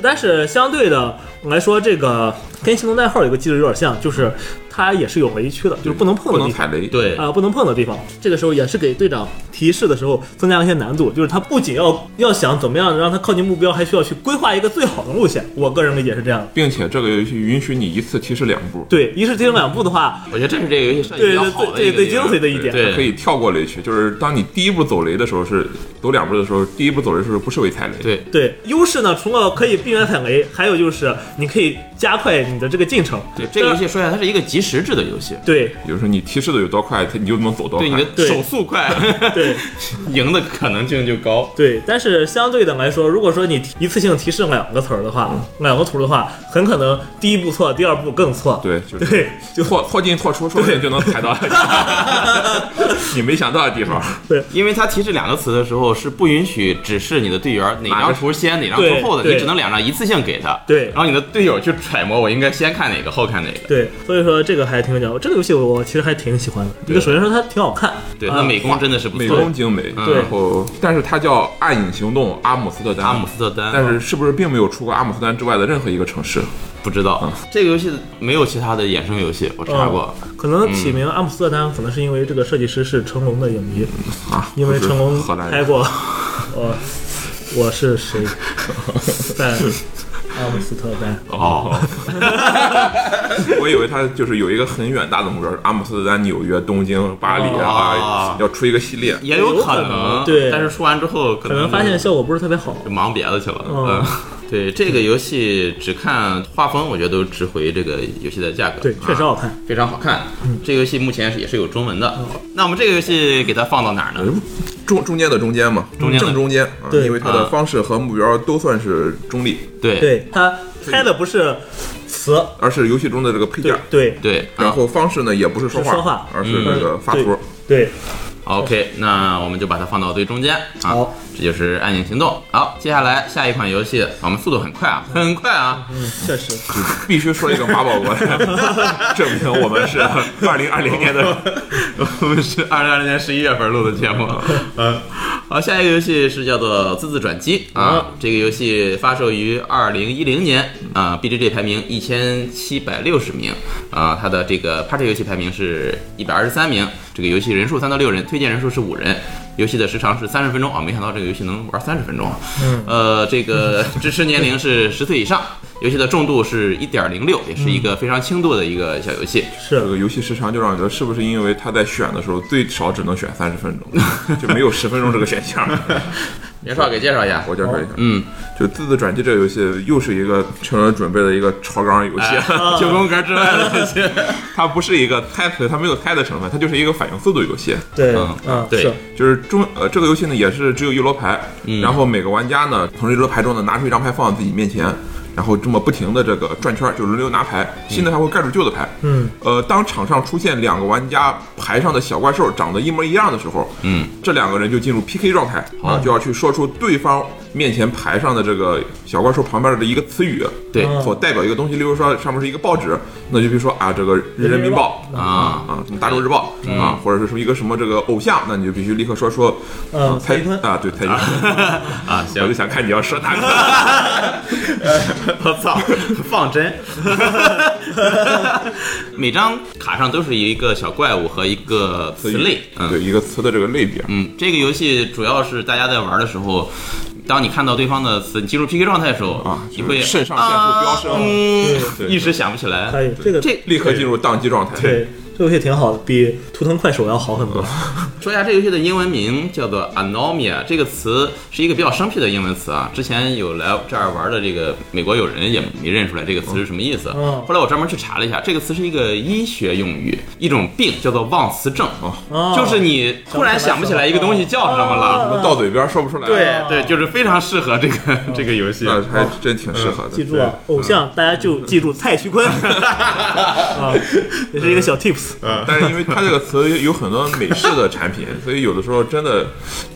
但是相对的来说，这个跟行动代号有个机制有点像，就是它也是有雷区的，就是不能碰
不
的
能
地方。
踩雷，，
对，
啊、不能碰的地方，这个时候也是给队长提示的时候增加了一些难度，就是他不仅要要想怎么样让他靠近目标，还需要去规划一个最好的路线。我个人理解是这样的。
并且这个游戏允许你一次提示两步，
对，一是提升两步的话，
我觉得这是这个游戏设计比
对
较
对
好的
对
一
对
个
对，
地
精
方
髓 的一点。
对
可以跳过雷区，就是当你第一步走雷的时候是走两步的时候，第一步走雷的时候不视为踩雷，，
对，
对，优势呢，除了可以避免踩雷，还有就是你可以加快你的这个进程。
对，这个游戏说一下，它是一个即时制的游戏，
对
也就是说你提示的有多快，它你就能走多
对
快。
你的
对
手速快，
对
赢的可能性就高。
对，但是相对的来说，如果说你一次性提示两个词儿的话，两个图的话，很可能第一步错，第二步更错。
对，就是
对，就
错错进错出，说不定就能踩到 你没想到的地方。
因为它提示两个词的时候是不允许指示你的队员哪张图先哪张
对
图后的，
对
你只能两张一次性给他。
对
然后你的队友去揣摩我应该先看哪个后看哪个。
对，所以说这个还挺有讲究。这个游戏我其实还挺喜欢的。一个首先说它挺好看，
对，
啊
它美工真的是不
美
错
中精美，
对
然后但是它叫《暗影行动》阿姆斯特丹，
阿姆斯特丹，
但是是不是并没有出过阿姆斯特丹之外的任何一个城市？
不知
嗯
道、这个游戏没有其他的衍生游戏，我查过。
可能起
嗯
名阿姆斯特丹，可能是因为这个设计师是成龙的影迷，
啊，
因为成
不
龙
是荷兰
拍
人
过， 我我是 谁，在阿姆斯特丹。
哦，
哦
我以为他就是有一个很远大的目标，是阿姆斯特丹、纽约、东京、巴黎啊，
哦
要出一个系列。
也
有
可
可能对
但是出完之后可
可
能
能发现效果不是特别好。
就忙别的去了。
嗯
嗯，对这个游戏只看画风，我觉得都值回这个游戏的价格。
对，确实
啊
好看。
非常好看。这个游戏目前是也是有中文的。那我们这个游戏给它放到哪儿
嗯
呢？
中中间的中间嘛，
中间的
正中间，啊
对
因为它的方式和目标都算是中立，
对
对，它拍的不是词，
而是游戏中的这个配
对
件。
对
对
然后方式呢，也不是说
是说话
而是这个发
对
图。
对，
啊，OK，那我们就把它放到最中间啊
好。
这就是《暗影行动》。好，接下来下一款游戏，我们速度很快啊，很快啊。
嗯，确实，
必须说一个马保国来证明我们是二零二零年的。
我们是二零二零年十一月份录的节目。嗯，好，下一个游戏是叫做《字字转机》啊，这个游戏发售于二零一零年啊，BGG 排名一千七百六十名啊，它的这个 Party 游戏排名是一百二十三名，这个游戏人数三到六人，推荐人数是五人。游戏的时长是三十分钟啊、没想到这个游戏能玩三十分钟。嗯，呃，这个 支持年龄是十岁以上，游戏的重度是一点零六，也是一个非常轻度的一个小游戏。
这
是
个游戏时长就让我觉得，是不是因为他在选的时候最少只能选三十分钟，就没有十分钟这个选项？
袁绍给介绍一下。
我介绍一下，
嗯，
就《字字转机》这个游戏又是一个成人准备的一个超纲游
哎
戏，啊
九宫格之外的游戏，
它不是一个猜词，它没有猜的成分，它就是一个反应速度游戏。
对，
嗯
嗯，
对
是
就是中呃，这个游戏呢也是只有一摞牌，然后每个玩家呢从这一摞牌中呢拿出一张牌放在自己面前，然后这么不停的这个转圈儿，就轮流拿牌，新的牌会盖住旧的牌。
嗯，
呃，当场上出现两个玩家牌上的小怪兽长得一模一样的时候，
嗯，
这两个人就进入 PK 状态啊，就要去说出对方面前牌上的这个小怪兽旁边的一个词语。
对
嗯
所代表一个东西，例如说上面是一个报纸，那就比如说啊，这个《人民报》
嗯
啊，
啊，什么大众日报啊，或者是说一个什么这个偶像，那你就必须立刻说说，
嗯
啊蔡
蔡徐坤
啊，对蔡徐 坤，
啊，
我就
行，
想看你要说哪个。
我操，放针，每张卡上都是一个小怪物和一个词类，嗯
呃对一个词的这个类别，
嗯，这个游戏主要是大家在玩的时候，当你看到对方的词，你进入 PK 状态的时候
啊
你会
肾上腺素飙升
啊嗯，
对
一时想不起
可
来。
以，哎这个
这
立刻进入宕机状态。
对这游戏挺好的，比图腾快手要好 很多。
说一下这个游戏的英文名叫做 Anomia，这个词是一个比较生僻的英文词啊。之前有来这儿玩的这个美国友人也没认出来这个词是什么意思。啊
嗯
后来我专门去查了一下，这个词是一个医学用语，一种病叫做忘词症，啊
哦
就是你突然想不起来一个东西叫什么
什
了。
么到嘴边说不出来，
对
哦
对，就是非常适合这个、这个游戏。
那还真挺适合的。
记住啊，偶像大家就记住蔡徐坤啊，也是一个小 tips。
但是因为它这个词有很多美式的产 品，所以有的时候真的，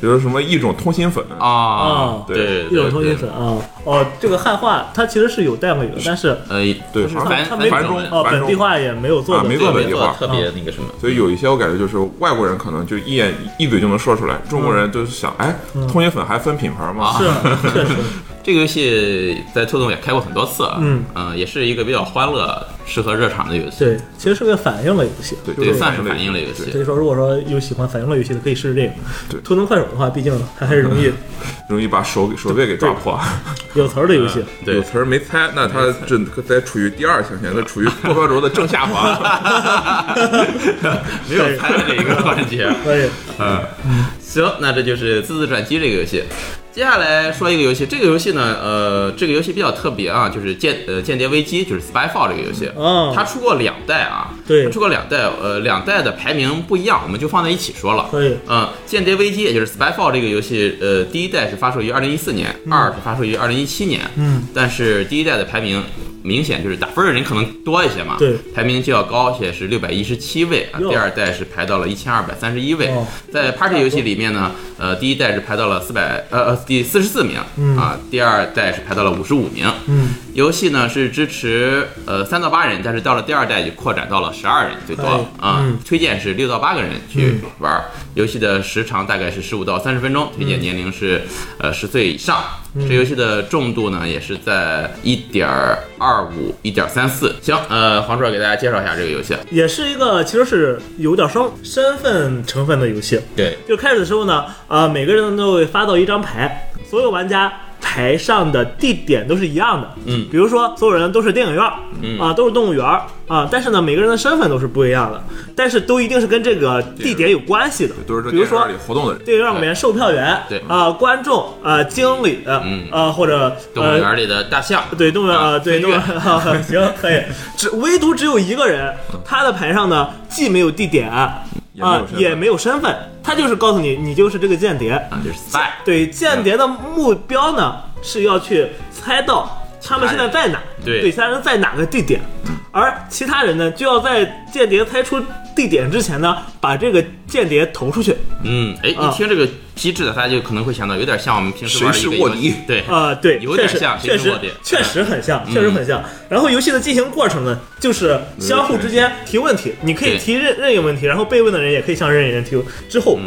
比如什么一种通心粉啊，
啊
啊，
对，
嗯
一
对
种通心。
对
粉啊，哦，这个汉化它其实是有代码语的，但是
呃，
对
它
繁
繁
它没
繁
繁中
文
哦，
繁
本
中
地化也没有做
啊
的，
没
特
做
别
本地化
特别那个什么。
所以有一些我感觉就是外国人可能就一眼一嘴就能说出来，中国人就是想，哎，通心粉还分品牌吗？
是确实
这个游戏在特动也开过很多次，
嗯
呃也是一个比较欢乐、适合热场的游戏，
对，其实是个反应类游戏。
对，
对，
就
算是
反
反
应
应
类
类游戏
所。以说，如果说有喜欢反应类游戏的，可以试试这个。
对嗯
图腾快手的话，毕竟它还是容易
容易把手给手背给抓破。
有词儿的游戏。
对
有词儿没猜，那他这在处于第二象限，那处于破标轴的正下方。
没有猜的一个环节。
可以，
行，那这就是字字转机这个游戏。接下来说一个游戏，这个游戏呢，呃，这个游戏比较特别啊，就是间呃间谍危机，就是 Spyfall 这个游戏，
哦
它出过两代啊，
对
它出过两代，呃，两代的排名不一样，我们就放在一起说了。
可以
嗯，间谍危机也就是 Spyfall 这个游戏，呃，第一代是发售于二零一四年，二是发售于二零一七年，
嗯，
但是第一代的排名明显就是打分的人可能多一些嘛，
对
排名就要高一些，是六百一十七位啊，
哟
第二代是排到了一千二百三十一位。
哦
在 Party 游戏里面呢，呃，第一代是排到了四百呃呃第四十四名、啊，第二代是排到了五十五名。
嗯，
游戏呢是支持呃三到八人，但是到了第二代就扩展到了十二人最多
哎
啊、
嗯
推荐是六到八个人去玩儿、游戏的时长大概是十五到三十分钟，
嗯
推荐年龄是、呃十岁以上。这游戏的重度呢也是在一点二五、一点三四。行，呃，黄硕给大家介绍一下这个游戏。
也是一个其实是有点双身份成分的游戏。
对，
就开始的时候呢，呃，每个人都会发到一张牌，所有玩家牌上的地点都是一样的。
嗯
比如说所有人都是电影院，
嗯
啊，都是动物园儿啊，但是呢，每个人的身份都是不一样的，但是都一定是跟这个地点有关系的。
都是这
比如
电影
说
院里活动的人。
电影院里面售票员，
对
啊、观众啊、呃经理，呃
嗯
呃，或者
动物
呃
园里的大象，
对，动物园
啊
呃，对，
飞
动物
跃
园、 啊、行可以，只唯独只有一个人，他的牌上呢既没有地点啊、
嗯也没有身份
也没有身份，他就是告诉你你就是这个间谍。
啊，就是 spy。
对，间谍的目标呢是要去猜到他们现在在哪，
对
对，其他人在哪个地点，
嗯
而其他人呢就要在间谍猜出地点之前呢把这个间谍投出去。
嗯，哎，一
啊
听这个机制呢，大家就可能会想到有点像我们平时玩的一个
谁是卧底
游戏对，
啊、对，
有点嗯
确实
像
确
谁是
实
卧底
确实很像，确实很像。然后游戏的进行过程呢，就是相互之间提问题，你可以
嗯对
提任任意问题，然后被问的人也可以向任意人提问，之后，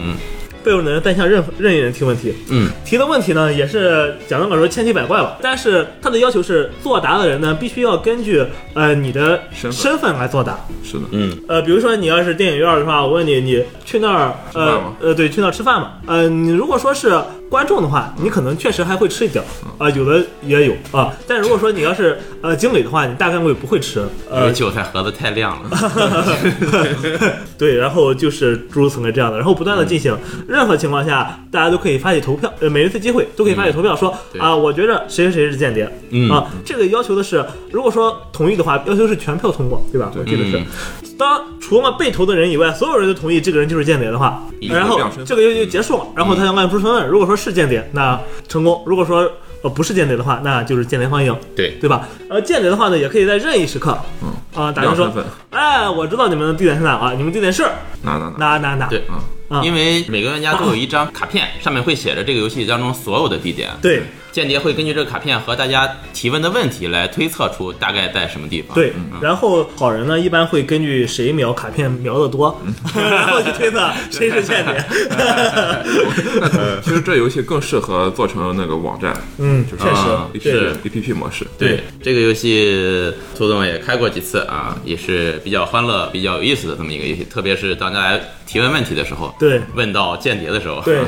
被问的人再向任任意人提问题。
嗯，
提的问题呢，也是讲到说千奇百怪吧，但是它的要求是作答的人呢，必须要根据呃你的
身份
身份来作答。
是的，
嗯，
呃，比如说你要是电影院的话，我问你，你去那儿
吃
呃
饭吗
呃，对，去那儿吃饭嘛？呃，你如果说是观众的话，你可能确实还会吃一点儿，啊、有的也有啊、但如果说你要是呃经理的话，你大概率不会吃，
因为
呃，
韭菜盒子太亮了。
对，然后就是诸如此类这样的，然后不断
嗯
的进行，任何情况下大家都可以发起投票，呃，每一次机会都可以发起投票，说
嗯对
啊，我觉着谁谁谁是间谍，
嗯
啊，这个要求的是，如果说同意的话，要求是全票通过，对吧？我记得是
嗯，
当除了被投的人以外，所有人都同意这个人就是间谍的话，
一
然后
定要身份
这个游戏就结束了，
嗯
然后他要按出身份，如果说是间谍，那成功；如果说呃不是间谍的话，那就是间谍方赢。
对，
对吧？呃，间谍的话呢，也可以在任意时刻，
嗯
啊、打电
亮
说
身份，
哎，我知道你们的地点是哪啊，你们地点是
那那那，
哪哪哪，
对嗯
啊，
啊
因为每个玩家都有一张卡片，上面会写着这个游戏当中所有的地点。
对
间谍会根据这个卡片和大家提问的问题来推测出大概在什么地方。
对，然后好人呢，一般会根据谁描卡片描的多， 然后去推测谁是间谍。
其实这游戏更适合做成那个网站，
嗯，
就是
确
啊
实，对，
A P P 模式。
对，这个游戏兔总也开过几次啊，也是比较欢乐、比较有意思的这么一个游戏，特别是当大家提问问题的时候，
对
问到间谍的时候，，
对，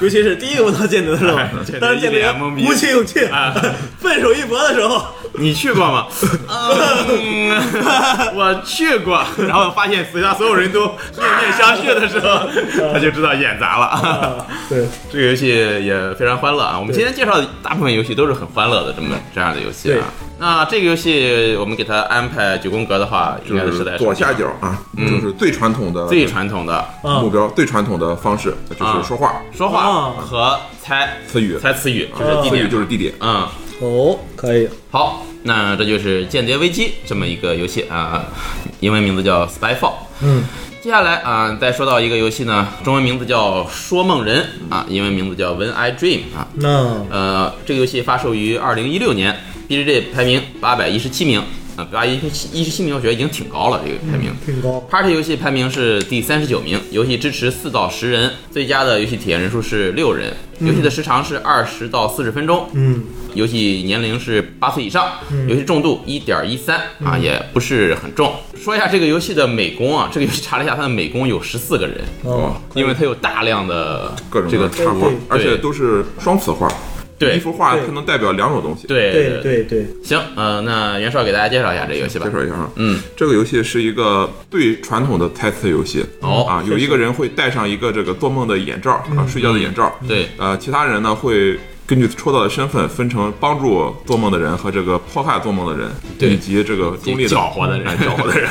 尤其是第一个问到间谍的时候当
间谍一
间谍
脸懵逼
鼓起勇气
啊，
笨手一搏的时候，
你去过吗？嗯， 我去过。然后发现其他所有人都面面相觑的时
嗯
候，他就知道演砸了。
啊，对，
这个游戏也非常欢乐啊！我们今天介绍的大部分游戏都是很欢乐的这么这样的游戏
对
啊。那这个游戏我们给它安排九宫格的话，应该
就是
在
是左下角啊，就是最传统的
最传统的
啊
目标、最传统的方式，就是说话、
说话和猜
词语，
猜词语，就是地
啊词语
点。
就是地点。
嗯，
哦，可以，
好，那这就是《间谍危机》这么一个游戏啊，英文名字叫 Spyfall。
嗯，
接下来啊、再说到一个游戏呢，中文名字叫《说梦人》啊，英文名字叫《When I Dream》啊。
那
呃，这个游戏发售于二零一六年，BGG 排名八百一十七名啊，八一一十七名我觉得已经挺高了，这个排名。
挺高，
Party 游戏排名是第三十九名，游戏支持四到十人，最佳的游戏体验人数是六人，游戏的时长是二十到四十分钟，
嗯，
游戏年龄是八岁以上，游戏重度一点一三
嗯
啊，也不是很重。说一下这个游戏的美工啊，这个游戏查了一下，它的美工有十四个人，
哦，
因为它有大量的
各种
这个
的插画
对对，
而且都是双词画。
对
一幅画
对
它能代表两种东西。，
对
对对对，
行，呃，那袁绍给大家介绍一下这个游戏吧
介。绍一下啊，
嗯，
这个游戏是一个最传统的猜词游戏。
哦
啊，有一个人会戴上一个这个做梦的眼罩啊，睡觉的眼罩。
对
呃，其他人呢会根据抽到的身份分成帮助做梦的人和这个破坏做梦的人，
对
以及这个中立的
搅和的人
哎搅和的人。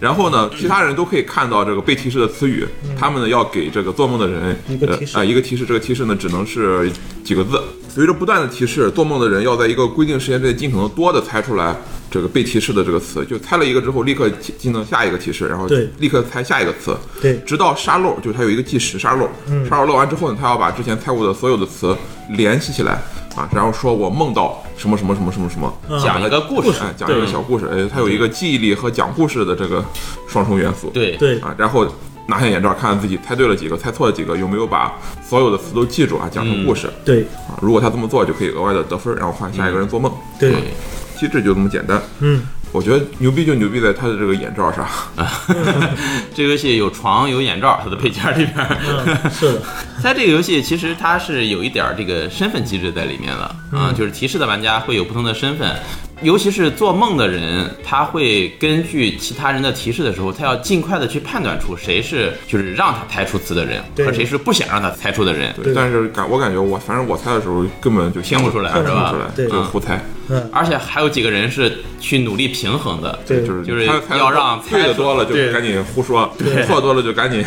然后呢，其他人都可以看到这个被提示的词语，他们呢要给这个做梦的人
嗯一个提示
呃啊、一个提示，这个提示呢只能是几个字。随着不断的提示，做梦的人要在一个规定时间之内尽可能多的猜出来这个被提示的这个词。就猜了一个之后，立刻进进行下一个提示，然后
对
立刻猜下一个词。
对嗯
直到沙漏，就是它有一个计时沙漏，沙漏漏完之后呢，他要把之前猜过的所有的词联系起来，啊，然后说我梦到什么什么什么什么什么，
嗯
讲一个故事，
哎，讲一个
对
小故事，哎，它有一个记忆力和讲故事的这个双重元素，
对
对，
啊，然后拿下眼罩，看看自己猜对了几个，猜错了几个，有没有把所有的词都记住啊，
嗯
讲成故事、
对，
啊，如果他这么做，就可以额外的得分，然后换下一个
嗯
人做梦，
对，
机制就这么简单。
嗯，
我觉得牛逼就牛逼在它的这个眼罩上，
啊 这个游戏有床有眼罩，它的配件里边儿。
嗯，是的，
它这个游戏其实它是有一点儿这个身份机制在里面了，
嗯
啊，就是提示的玩家会有不同的身份，尤其是做梦的人，他会根据其他人的提示的时候，他要尽快的去判断出谁是就是让他猜出词的人，
对
和谁是不想让他猜出的人。
对，
对
但是感我感觉我反正我猜的时候根本就
听不出来
听不
是吧
出来，
对
就胡猜，
嗯，
而且还有几个人是去努力平衡的，
对，
就是
就是
猜猜
要让
对的多了就
对
赶紧胡说，
对
错多了就赶紧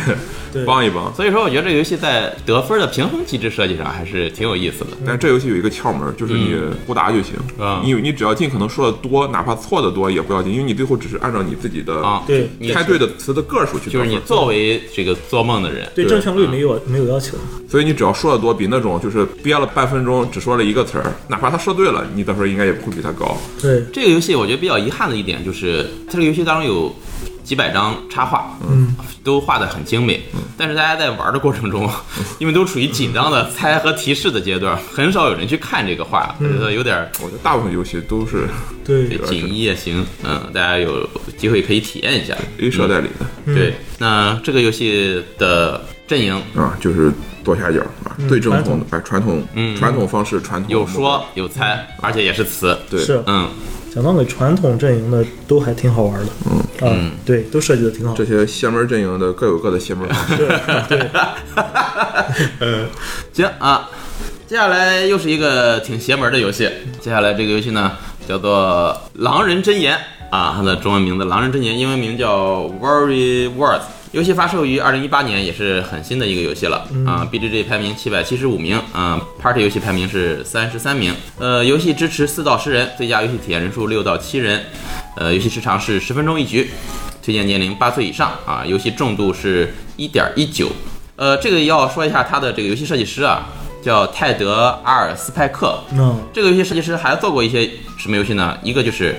对
帮一帮。
所以说我觉得这个游戏在得分的平衡机制设计上还是挺有意思的。
但这游戏有一个窍门，就是你不答就行。
嗯
你你只要尽可能说的多，哪怕错的多也不要紧，因为你最后只是按照你自己的
啊，
对
你
猜对的词的个数去
就是你
得分
作为这个做梦的人，
对
对啊
正确率没有没有要求，
所以你只要说的多，比那种就是憋了半分钟只说了一个词儿，哪怕他说对了，你得分应该也不会比他高。
对，
这个游戏我觉得比较遗憾的一点就是，它这个游戏当中有几百张插画，嗯，都画得很精美，但是大家在玩的过程中，因为都处于紧张的猜和提示的阶段，很少有人去看这个画，我觉得有点儿
我觉得大部分游戏都 是
对，
锦衣夜行，嗯，大家有机会可以体验一下。
A 社代理的
对，那这个游戏的阵营
啊，就是左下角啊，最正统的，哎，传统，传统方式，传
嗯
统
有说有猜，而且也是词，
对，
是
嗯，
讲到给传统阵营的都还挺好玩的，嗯，啊，对，都设计的挺好
这，些邪门阵营的各有各的邪门方 式。
嗯行啊，接下来又是一个挺邪门的游戏。接下来这个游戏呢，叫做《狼人真言》啊，它的中文名字《狼人真言》，英文名叫《Worry Words》。游戏发售于二零一八年，也是很新的一个游戏了啊。BGG 排名七百七十五名啊，Party 游戏排名是三十三名。呃，游戏支持四到十人，最佳游戏体验人数六到七人，呃，游戏时长是十分钟一局，推荐年龄八岁以上啊，游戏重度是一点一九。呃，这个要说一下他的这个游戏设计师啊，叫泰德·阿尔斯派克。
嗯，
这个游戏设计师还做过一些什么游戏呢？一个就是《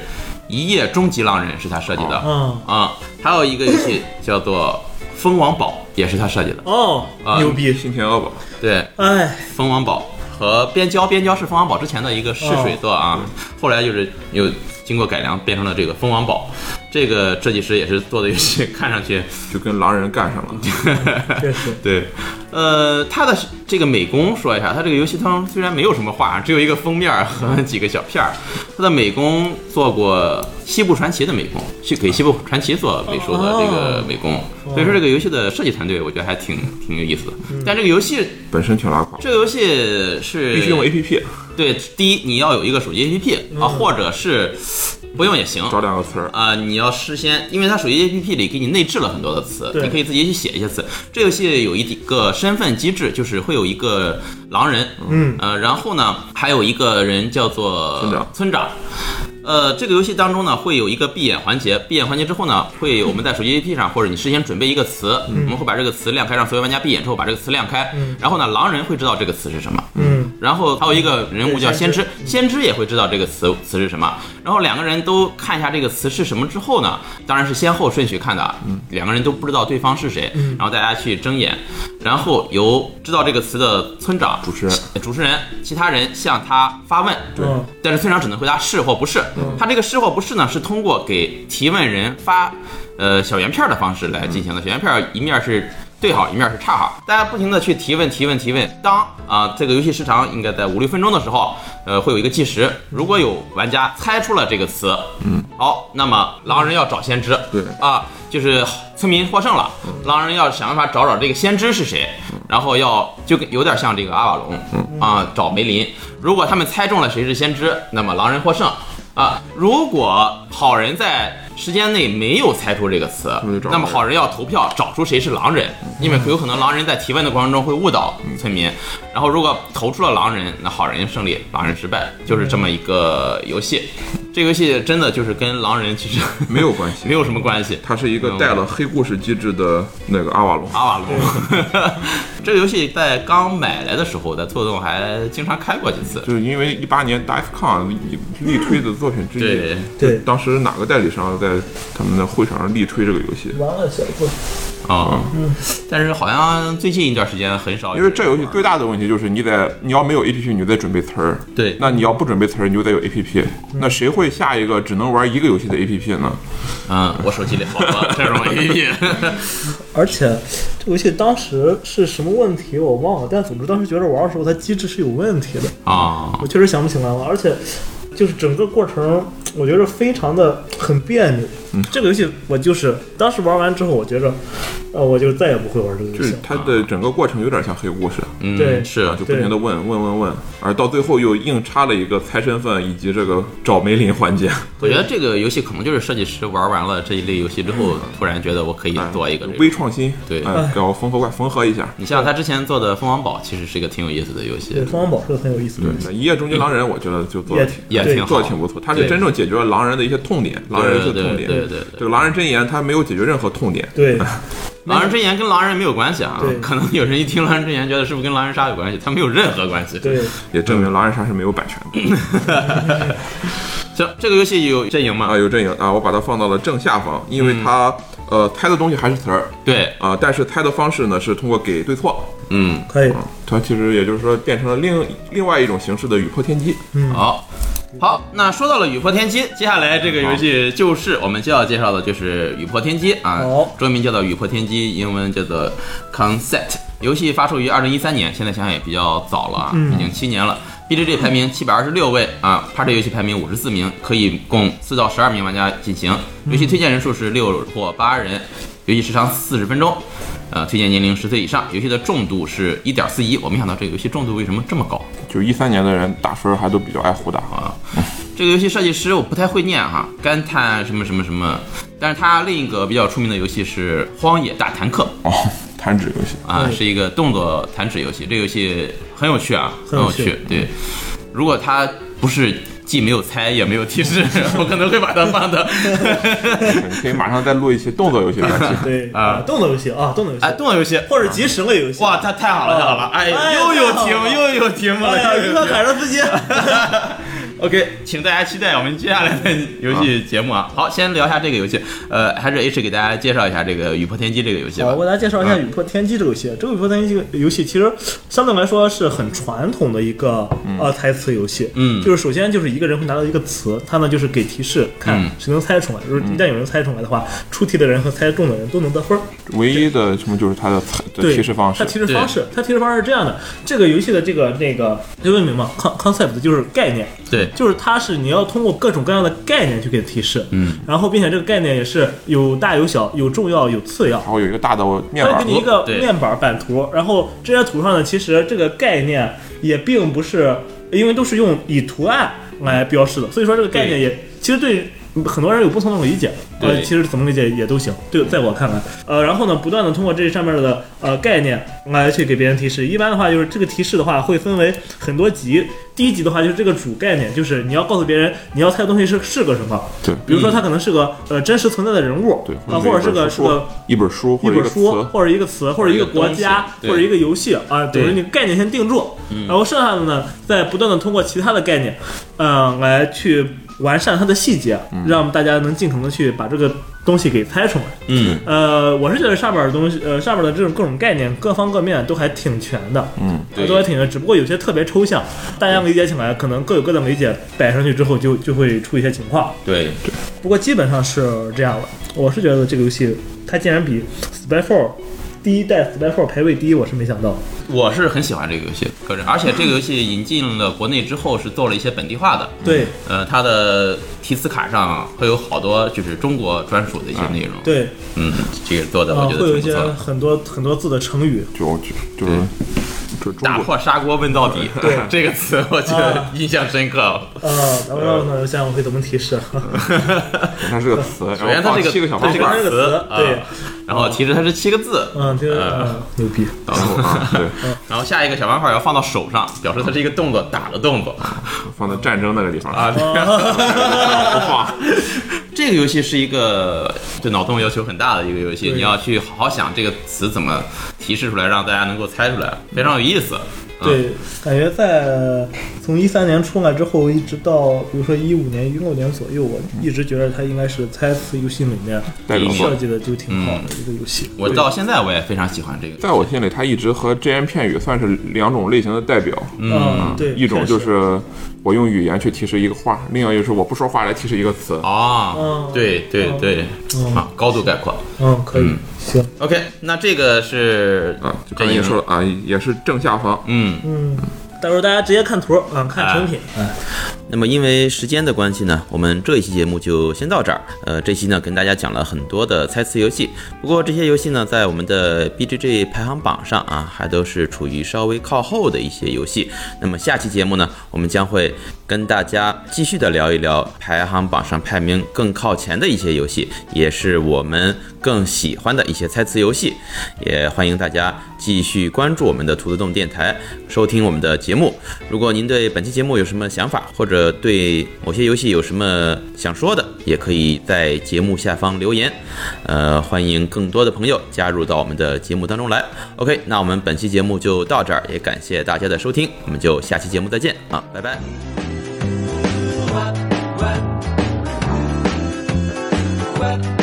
一夜终极狼人》是他设计的，
哦
啊、还有一个游戏叫做《蜂王堡》，也是他设计的。
哦，
啊
牛逼，
新田恶宝，
对，
哎，
《蜂王堡》和《边郊》，《边郊》是《蜂王堡》之前的一个试水作啊，后来就是又经过改良变成了这个《蜂王堡》。这个设计师也是做的游戏， 看上去
就跟狼人 干上了。
确实，
对，呃，它的这个美工说一下，它这个游戏当中虽然没有什么画，只有一个封面儿和几个小片儿，它的美工做过《西部传奇》的美工，去给《西部传奇》做美术的这个美工，所以说这个游戏的设计团队我觉得还挺挺有意思的。嗯但这个游戏，
本身挺拉垮，
这个游戏是
必须用嗯 APP
对，第一你要有一个手机 APP 啊，或者是不用也行，
找两个词儿，
啊、你要事先，因为它手机 APP 里给你内置了很多的词，
对
你可以自己去写一些词。这游戏有一个身份机制，就是会有一个狼人，
嗯，
呃，然后呢，还有一个人叫做
村长
村长。呃，这个游戏当中呢，会有一个闭眼环节，闭眼环节之后呢，会有我们在手机 APP 上，或者你事先准备一个词，
嗯
我们会把这个词亮开，让所有玩家闭眼之后把这个词亮开，然后呢，狼人会知道这个词是什么，
嗯，
然后还有一个人物叫
对
先
先知
知，先知也会知道这个词词是什么。然后两个人都看一下这个词是什么之后呢，当然是先后顺序看的，两个人都不知道对方是谁，然后大家去睁眼，然后由知道这个词的村长、
主持人
呃、主持人、其他人向他发问。
对
嗯
但是村长只能回答是或不是，他这个是或不是呢，是通过给提问人发，呃小圆片儿的方式来进行的。小圆片儿一面是对好，一面是差好，大家不停的去提问提问提问。当啊、这个游戏时长应该在五六分钟的时候，呃会有一个计时，如果有玩家猜出了这个词，嗯，好，那么狼人要找先知，
对
啊，就是村民获胜了，狼人要想办法找找这个先知是谁，然后要就跟有点像这个阿瓦隆啊找梅林。如果他们猜中了谁是先知，那么狼人获胜啊。如果好人在时间内没有猜出这个词
们就找，
那么好人要投票找出谁是狼人，因为有可能狼人在提问的过程中会误导村民。然后如果投出了狼人，那好人胜利，狼人失败，就是这么一个游戏。这个游戏真的就是跟狼人其实
没有关系
没有什么关系。嗯
它是一个带了黑故事机制的那个阿瓦隆。
阿瓦隆，啊 这个游戏在刚买来的时候，在错动还经常开过几次。
就是因为一八年 d i f c o n 力推的作品之一，
对
对
当时哪个代理商在他们的会场上力推这个游戏？
完了，小棍，
啊，但是好像最近一段时间很少有人玩，
因为这游戏最大的问题就是你得，你要没有 A P P，你就得准备词儿。
对
那你要不准备词儿，你就得有 A P P。那谁会下一个只能玩一个游戏的 A P P 呢？
嗯，我手机里好多这种 APP，
而且这游戏当时是什么问题我忘了，但总之当时觉得玩的时候它机制是有问题的，
啊，
我确实想不起来了。而且就是整个过程，我觉得非常的很别扭。
嗯
这个游戏我就是当时玩完之后，我觉着，呃，我就再也不会玩这个游
就
戏
是
了。
它的整个过程有点像黑故事，
嗯，
对
是
啊，就不停的问问问问，而到最后又硬插了一个猜身份以及这个找梅林环节，
我觉得这个游戏可能就是设计师玩完了这一类游戏之后，突然觉得我可以做一个这
微
个。
创新，
对
哎，给我缝合缝合一下。
你像他之前做的《蜂王堡》，其实是一个挺有意思的游
对，
戏，
方宝是个很有意思的游戏，
那一夜终结狼人，我觉得就做的
也
挺。
也
对
挺
做
好
的挺不错，它是
对
真正解决了狼人的一些痛点，狼人的一些痛点。
对对对对对
这个狼人箴言它没有解决任何痛点，
对，
狼人之言跟狼人没有关系啊
对，
可能有人一听狼人之言，觉得是不是跟狼人杀有关系？它没有任何关系。
对，
也
嗯
证明狼人杀是没有版权的。
这这个游戏有阵营
啊，
吗？
有阵营啊，我把它放到了正下方，因
嗯
为它、呃猜的东西还是词儿
对，
啊，但是猜的方式呢是通过给对错，啊
嗯，
可以，
它其实也就是说变成了另另外一种形式的雨破天机。
嗯
好。好，那说到了雨破天机，接下来这个游戏就是我们就要介绍的，就是雨破天机啊
好，
中文名叫做雨破天机，英文叫做 Concept。游戏发售于二零一三年，现在想想也比较早了啊，已经七年了。BGG 排名七百二十六位啊，Party 游戏排名五十四名，可以供四到十二名玩家进行。游戏推荐人数是六或八人，游戏时长四十分钟。呃，推荐年龄十岁以上，游戏的重度是一点四一。我没想到这个游戏重度为什么这么高。
就一三年的人打分还都比较爱胡打啊，
啊。这个游戏设计师我不太会念哈，干探什么什么什么，但是他另一个比较出名的游戏是《荒野大坦克
哦，弹指游戏，》
啊，
嗯
是一个动作弹指游戏。这个游戏很有趣啊，很
很
有
有趣。
趣。对，如果他不是既没有猜也没有提示， 我可能会把它放到。
你可以马上再录一期动作游戏来讲
对啊，动作游戏啊，动作游戏
哎，，动作游戏，
或者即时类游戏。
哇，太太好了，太好了！哎
哎
呀，
呀
又有
太好
题目，
了
又有题目
哎
了
呀，。
又有
一
题目
个海上司机，
OK，请大家期待我们接下来的游戏节目啊。好，先聊一下这个游戏，呃，还是 H 给大家介绍一下这个《雨破天机》这个游戏
好，
吧
我。给大家介绍一下《雨破天机》这个游戏。这个《雨破天机》游戏其实相对来说是很传统的一个、呃猜词游戏。
嗯
就是首先就是一个人会拿到一个词，他呢就是给提示，看
嗯
谁能猜出来。如果一旦有人猜出来的话，出题的人和猜中的人都能得分儿。
唯一的什么就是它的的
对，
提示方式
它，提示方式，它提示方式是这样的：这个游戏的这个那个英文名嘛，con concept 就是概念，
对，
就是它是你要通过各种各样的概念去给提示。
嗯，
然后并且这个概念也是有大有小，有重要有次要。
然后有一个大的
它
面
会
板
哎给。你一个
对
面板版图，然后这些图上呢，其实这个概念也并不是，因为都是用以图案来标示的，所以说这个概念也其实对很多人有不同的理解。呃，
对
其实怎么理解也都行。对，在我看来，呃，然后呢，不断的通过这上面的呃概念来去给别人提示。一般的话，就是这个提示的话会分为很多级。第一级的话就是这个主概念，就是你要告诉别人你要猜的东西是是个什么。
对
比如说它可能是个呃真实存在的人物，
对，
啊，或者是
一本
个是
书
个
一本书
一
或者一
本
个
书
词，
或者一个词或者一个国家
对
或者一个游戏啊，等于
对
你概念先定住，然后剩下的呢，再不断的通过其他的概念，嗯，来去完善它的细节，让大家能尽可能去把这个东西给猜出来。
嗯，
呃，我是觉得上面的东西，呃，上面的这种各种概念，各方各面都还挺全的，
嗯，
对
都还挺全，只不过有些特别抽象，大家理解起来可能各有各的理解，摆上去之后就就会出一些情况。
对，
不过基本上是这样的。我是觉得这个游戏它竟然比 Spyfall 第一代 Spyfall 排位第一，我是没想到。
我是很喜欢这个游戏，个人，而 且这个游戏引进了国内之后是做了一些本地化的。
对
呃，它的提词卡上会有好多就是中国专属的一些内容。，
对，
嗯，这个做的我
啊，
觉
会
得挺
有一
不
些
错的。
很多很多字的成语。
就就就是就中
打
国
破砂锅问到底，
对
这个词我觉得印象深刻。
啊，然后让我想我会怎么提示？啊
它是个词，
首先
然
它
后放
这个
七个小
它
方
这
块
个
儿，
这个词
啊
对
然后其实它是七个字，
嗯，这个
呃
嗯牛逼，
然后啊，对，
然后下一个小方块要放到手上，表示它是一个动作打的动作
放到战争那个地方
啊。 对
哇，
这个游戏是一个对脑洞要求很大的一个游戏，
对
你要去好好想这个词怎么提示出来，让大家能够猜出来，非常有意思。嗯，
对，感觉在从一三年出来之后，一直到比如说一五年、一六年左右，我一直觉得它应该是猜词游戏里面
代表作
设计的就挺好的一个游戏。
我到现在我也非常喜欢这个。
在我心里，它一直和只言片语算是两种类型的代表。
嗯，对，
一种
确
就
实
是我用语言去提示一个话，另外一个是我不说话来提示一个词。
哦
嗯，
对对对，
嗯
啊，高度概括。
嗯，可以，行，
OK，那这个是
啊，就刚才也说了啊，也是正下方。
嗯，
嗯，到时候大家直接看图啊，看成品，哎，
那么因为时间的关系呢，我们这一期节目就先到这儿。呃，这期呢跟大家讲了很多的猜词游戏，不过这些游戏呢在我们的 BGG 排行榜上啊，还都是处于稍微靠后的一些游戏。那么下期节目呢，我们将会跟大家继续的聊一聊排行榜上排名更靠前的一些游戏，也是我们更喜欢的一些猜词游戏。也欢迎大家继续关注我们的兔子洞电台，收听我们的节目。如果您对本期节目有什么想法，或者对某些游戏有什么想说的，也可以在节目下方留言。呃，欢迎更多的朋友加入到我们的节目当中来。OK，那我们本期节目就到这儿，也感谢大家的收听，我们就下期节目再见啊，拜拜。
What?